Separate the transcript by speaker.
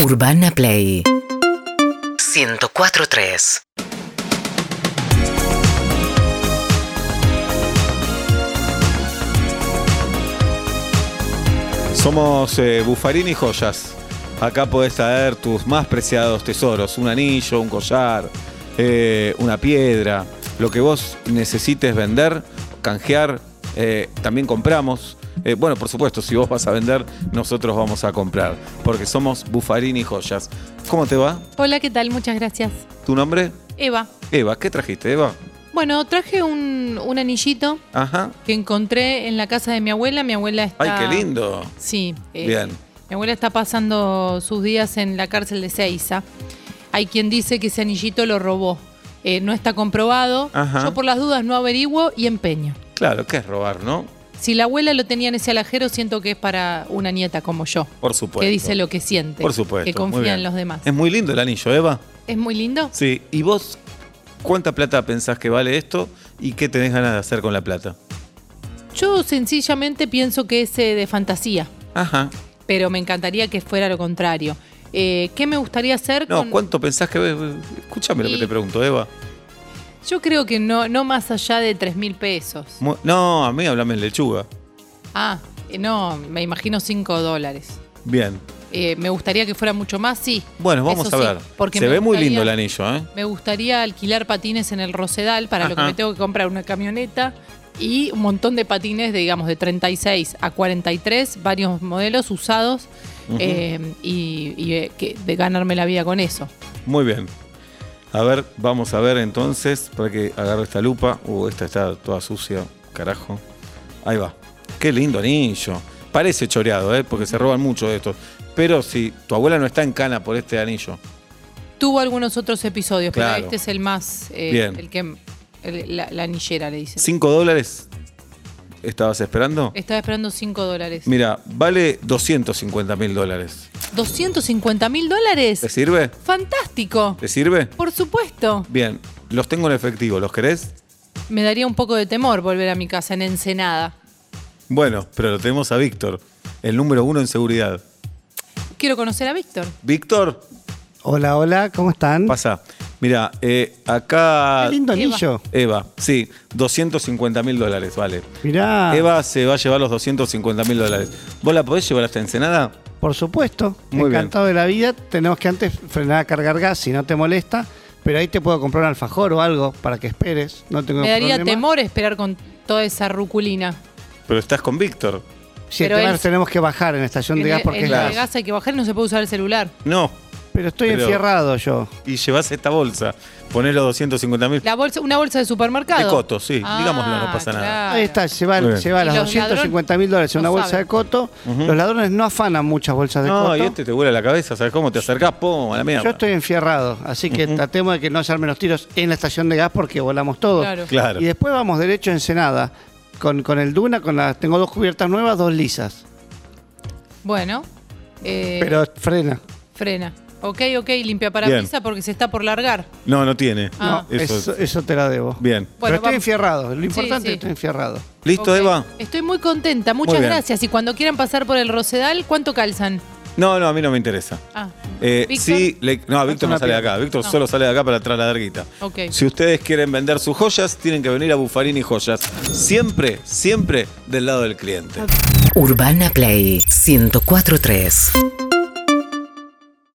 Speaker 1: Urbana Play 104.3
Speaker 2: Somos eh, Bufarín y Joyas. Acá podés traer tus más preciados tesoros, un anillo, un collar, eh, una piedra, lo que vos necesites vender, canjear, eh, también compramos. Eh, bueno, por supuesto, si vos vas a vender, nosotros vamos a comprar, porque somos Bufarín y Joyas. ¿Cómo te va?
Speaker 3: Hola, ¿qué tal? Muchas gracias.
Speaker 2: ¿Tu nombre?
Speaker 3: Eva.
Speaker 2: Eva, ¿qué trajiste, Eva?
Speaker 3: Bueno, traje un, un anillito
Speaker 2: Ajá.
Speaker 3: que encontré en la casa de mi abuela. Mi abuela
Speaker 2: ¡Ay,
Speaker 3: está.
Speaker 2: qué lindo!
Speaker 3: Sí. eh,
Speaker 2: Bien.
Speaker 3: Mi abuela está pasando sus días en la cárcel de Ceiza. Hay quien dice que ese anillito lo robó. Eh, no está comprobado.
Speaker 2: Ajá.
Speaker 3: Yo por las dudas no averiguo y empeño.
Speaker 2: Claro, ¿qué es robar, no?
Speaker 3: Si la abuela lo tenía en ese alajero, siento que es para una nieta como yo.
Speaker 2: Por supuesto.
Speaker 3: Que dice lo que siente.
Speaker 2: Por supuesto.
Speaker 3: Que
Speaker 2: muy
Speaker 3: confía
Speaker 2: bien. Em-
Speaker 3: en los demás.
Speaker 2: Es muy lindo el anillo, Eva.
Speaker 3: ¿Es muy lindo?
Speaker 2: Sí, ¿y vos cuánta plata pensás que vale esto y qué tenés ganas de hacer con la plata?
Speaker 3: Yo sencillamente pienso que es eh, de fantasía.
Speaker 2: Ajá.
Speaker 3: pero me encantaría que fuera lo contrario. Eh, ¿Qué me gustaría hacer?
Speaker 2: No,
Speaker 3: con-
Speaker 2: ¿cuánto pensás que... Escúchame lo que
Speaker 3: Y-
Speaker 2: te pregunto, Eva.
Speaker 3: Yo creo que no, no más allá de 3 mil pesos.
Speaker 2: Mu- No, a mí hablame en lechuga.
Speaker 3: Ah, eh, no, me imagino 5 dólares.
Speaker 2: Bien.
Speaker 3: Eh, me gustaría que fuera mucho más, sí.
Speaker 2: Bueno, vamos
Speaker 3: Eso
Speaker 2: a
Speaker 3: sí,
Speaker 2: ver.
Speaker 3: porque
Speaker 2: Se
Speaker 3: me
Speaker 2: ve muy
Speaker 3: gustaría-
Speaker 2: lindo el anillo, ¿eh?
Speaker 3: Me gustaría alquilar patines en el Rosedal, para lo que
Speaker 2: Ajá.
Speaker 3: me tengo que comprar una camioneta y un montón de patines, de, digamos, de 36 a 43, varios modelos usados, eh, y, y, eh, que- de ganarme la vida con eso.
Speaker 2: Muy bien. A ver, vamos a ver entonces, para que agarre esta lupa. Uh, esta está toda sucia, carajo. Ahí va. Qué lindo anillo. Parece choreado, ¿eh? Porque se roban mucho de estos. Pero si tu abuela no está en cana por este anillo,
Speaker 3: Tuvo algunos otros episodios,
Speaker 2: Claro.
Speaker 3: pero este es el más. eh,
Speaker 2: Bien.
Speaker 3: El que. el- la, la anillera, le dicen.
Speaker 2: 5 dólares. ¿Estabas esperando?
Speaker 3: Estaba esperando 5 dólares.
Speaker 2: Mira, vale 250 mil dólares.
Speaker 3: ¿250 mil dólares?
Speaker 2: ¿Te sirve?
Speaker 3: ¡Fantástico!
Speaker 2: ¿Te sirve?
Speaker 3: Por supuesto.
Speaker 2: Bien, los tengo en efectivo, ¿los querés?
Speaker 3: Me daría un poco de temor volver a mi casa en Ensenada.
Speaker 2: Bueno, pero lo tenemos a Víctor, el número uno en seguridad.
Speaker 3: Quiero conocer a Víctor.
Speaker 2: Víctor,
Speaker 4: Hola, hola, ¿cómo están?
Speaker 2: pasa. Mira, eh, acá.
Speaker 4: Mm. Qué lindo
Speaker 3: Eva.
Speaker 4: anillo.
Speaker 2: Eva, sí, 250 mil dólares, vale.
Speaker 4: Mirá,
Speaker 2: Eva se va a llevar los 250 mil dólares. ¿Vos la podés llevar hasta Ensenada?
Speaker 4: por supuesto,
Speaker 2: Muy bien.
Speaker 4: encantado de la vida. Tenemos que antes frenar a cargar gas si no te molesta, pero ahí te puedo comprar un alfajor o algo para que esperes. No tengo
Speaker 3: Me daría
Speaker 4: problema.
Speaker 3: temor esperar con toda esa ruculina.
Speaker 2: Pero estás con Víctor.
Speaker 4: Sí,
Speaker 3: pero
Speaker 4: claro,
Speaker 3: él-
Speaker 4: tenemos que bajar en la estación
Speaker 3: En
Speaker 4: de gas
Speaker 3: el-
Speaker 4: porque
Speaker 3: en
Speaker 4: es
Speaker 3: la
Speaker 4: gas.
Speaker 3: de gas hay que bajar y no se puede usar el celular.
Speaker 2: No.
Speaker 4: Pero estoy
Speaker 2: Pero-
Speaker 4: enfierrado yo.
Speaker 2: Y llevas esta bolsa. Ponés los 250 mil.
Speaker 3: La bolsa, una bolsa de supermercado. Ah,
Speaker 2: De coto, sí. Digámoslo, no pasa nada.
Speaker 4: Ahí está, se va,
Speaker 2: Muy bien.
Speaker 4: se va
Speaker 3: ¿Y
Speaker 4: las
Speaker 3: los
Speaker 4: 250 mil dólares en
Speaker 3: No
Speaker 4: una bolsa
Speaker 3: saben.
Speaker 4: de coto.
Speaker 2: Ujú.
Speaker 4: Los ladrones no afanan muchas bolsas de
Speaker 2: No,
Speaker 4: coto.
Speaker 2: y este te vuela la cabeza, ¿sabes cómo? Te acercás, pum, a la mierda.
Speaker 4: Yo estoy enfierrado, así que tratemos de que no se armen los tiros en la estación de gas porque volamos todos.
Speaker 3: Claro.
Speaker 2: Claro.
Speaker 4: Y después vamos derecho a Ensenada. Con, con el Duna, con la, tengo dos cubiertas nuevas, dos lisas.
Speaker 3: Bueno. eh,
Speaker 4: Pero frena.
Speaker 3: Frena. Ok, ok, limpia parabrisas porque se está por largar.
Speaker 2: No, no tiene.
Speaker 3: Ah.
Speaker 4: no,
Speaker 2: Eso
Speaker 4: eso,
Speaker 2: es.
Speaker 4: eso te la debo.
Speaker 2: Bien.
Speaker 3: Bueno,
Speaker 4: Pero estoy
Speaker 3: vamos.
Speaker 4: enfierrado. Lo importante es
Speaker 3: sí.
Speaker 4: que estoy enfierrado.
Speaker 2: ¿Listo,
Speaker 3: Ok.
Speaker 2: Eva?
Speaker 3: Estoy muy contenta, muchas
Speaker 2: bien.
Speaker 3: gracias. Y cuando quieran pasar por el Rosedal, ¿cuánto calzan?
Speaker 2: No, no, a mí no me interesa.
Speaker 3: Ah,
Speaker 2: Eh,
Speaker 3: Víctor,
Speaker 2: sí, le- no, a Víctor no
Speaker 4: una
Speaker 2: sale de
Speaker 4: pierna.
Speaker 2: acá. Víctor
Speaker 3: No.
Speaker 2: solo sale de acá para trasladar guita.
Speaker 3: Ok.
Speaker 2: Si ustedes quieren vender sus joyas, tienen que venir a Bufarini Joyas. Siempre, siempre del lado del cliente.
Speaker 1: Urbana Play 104.3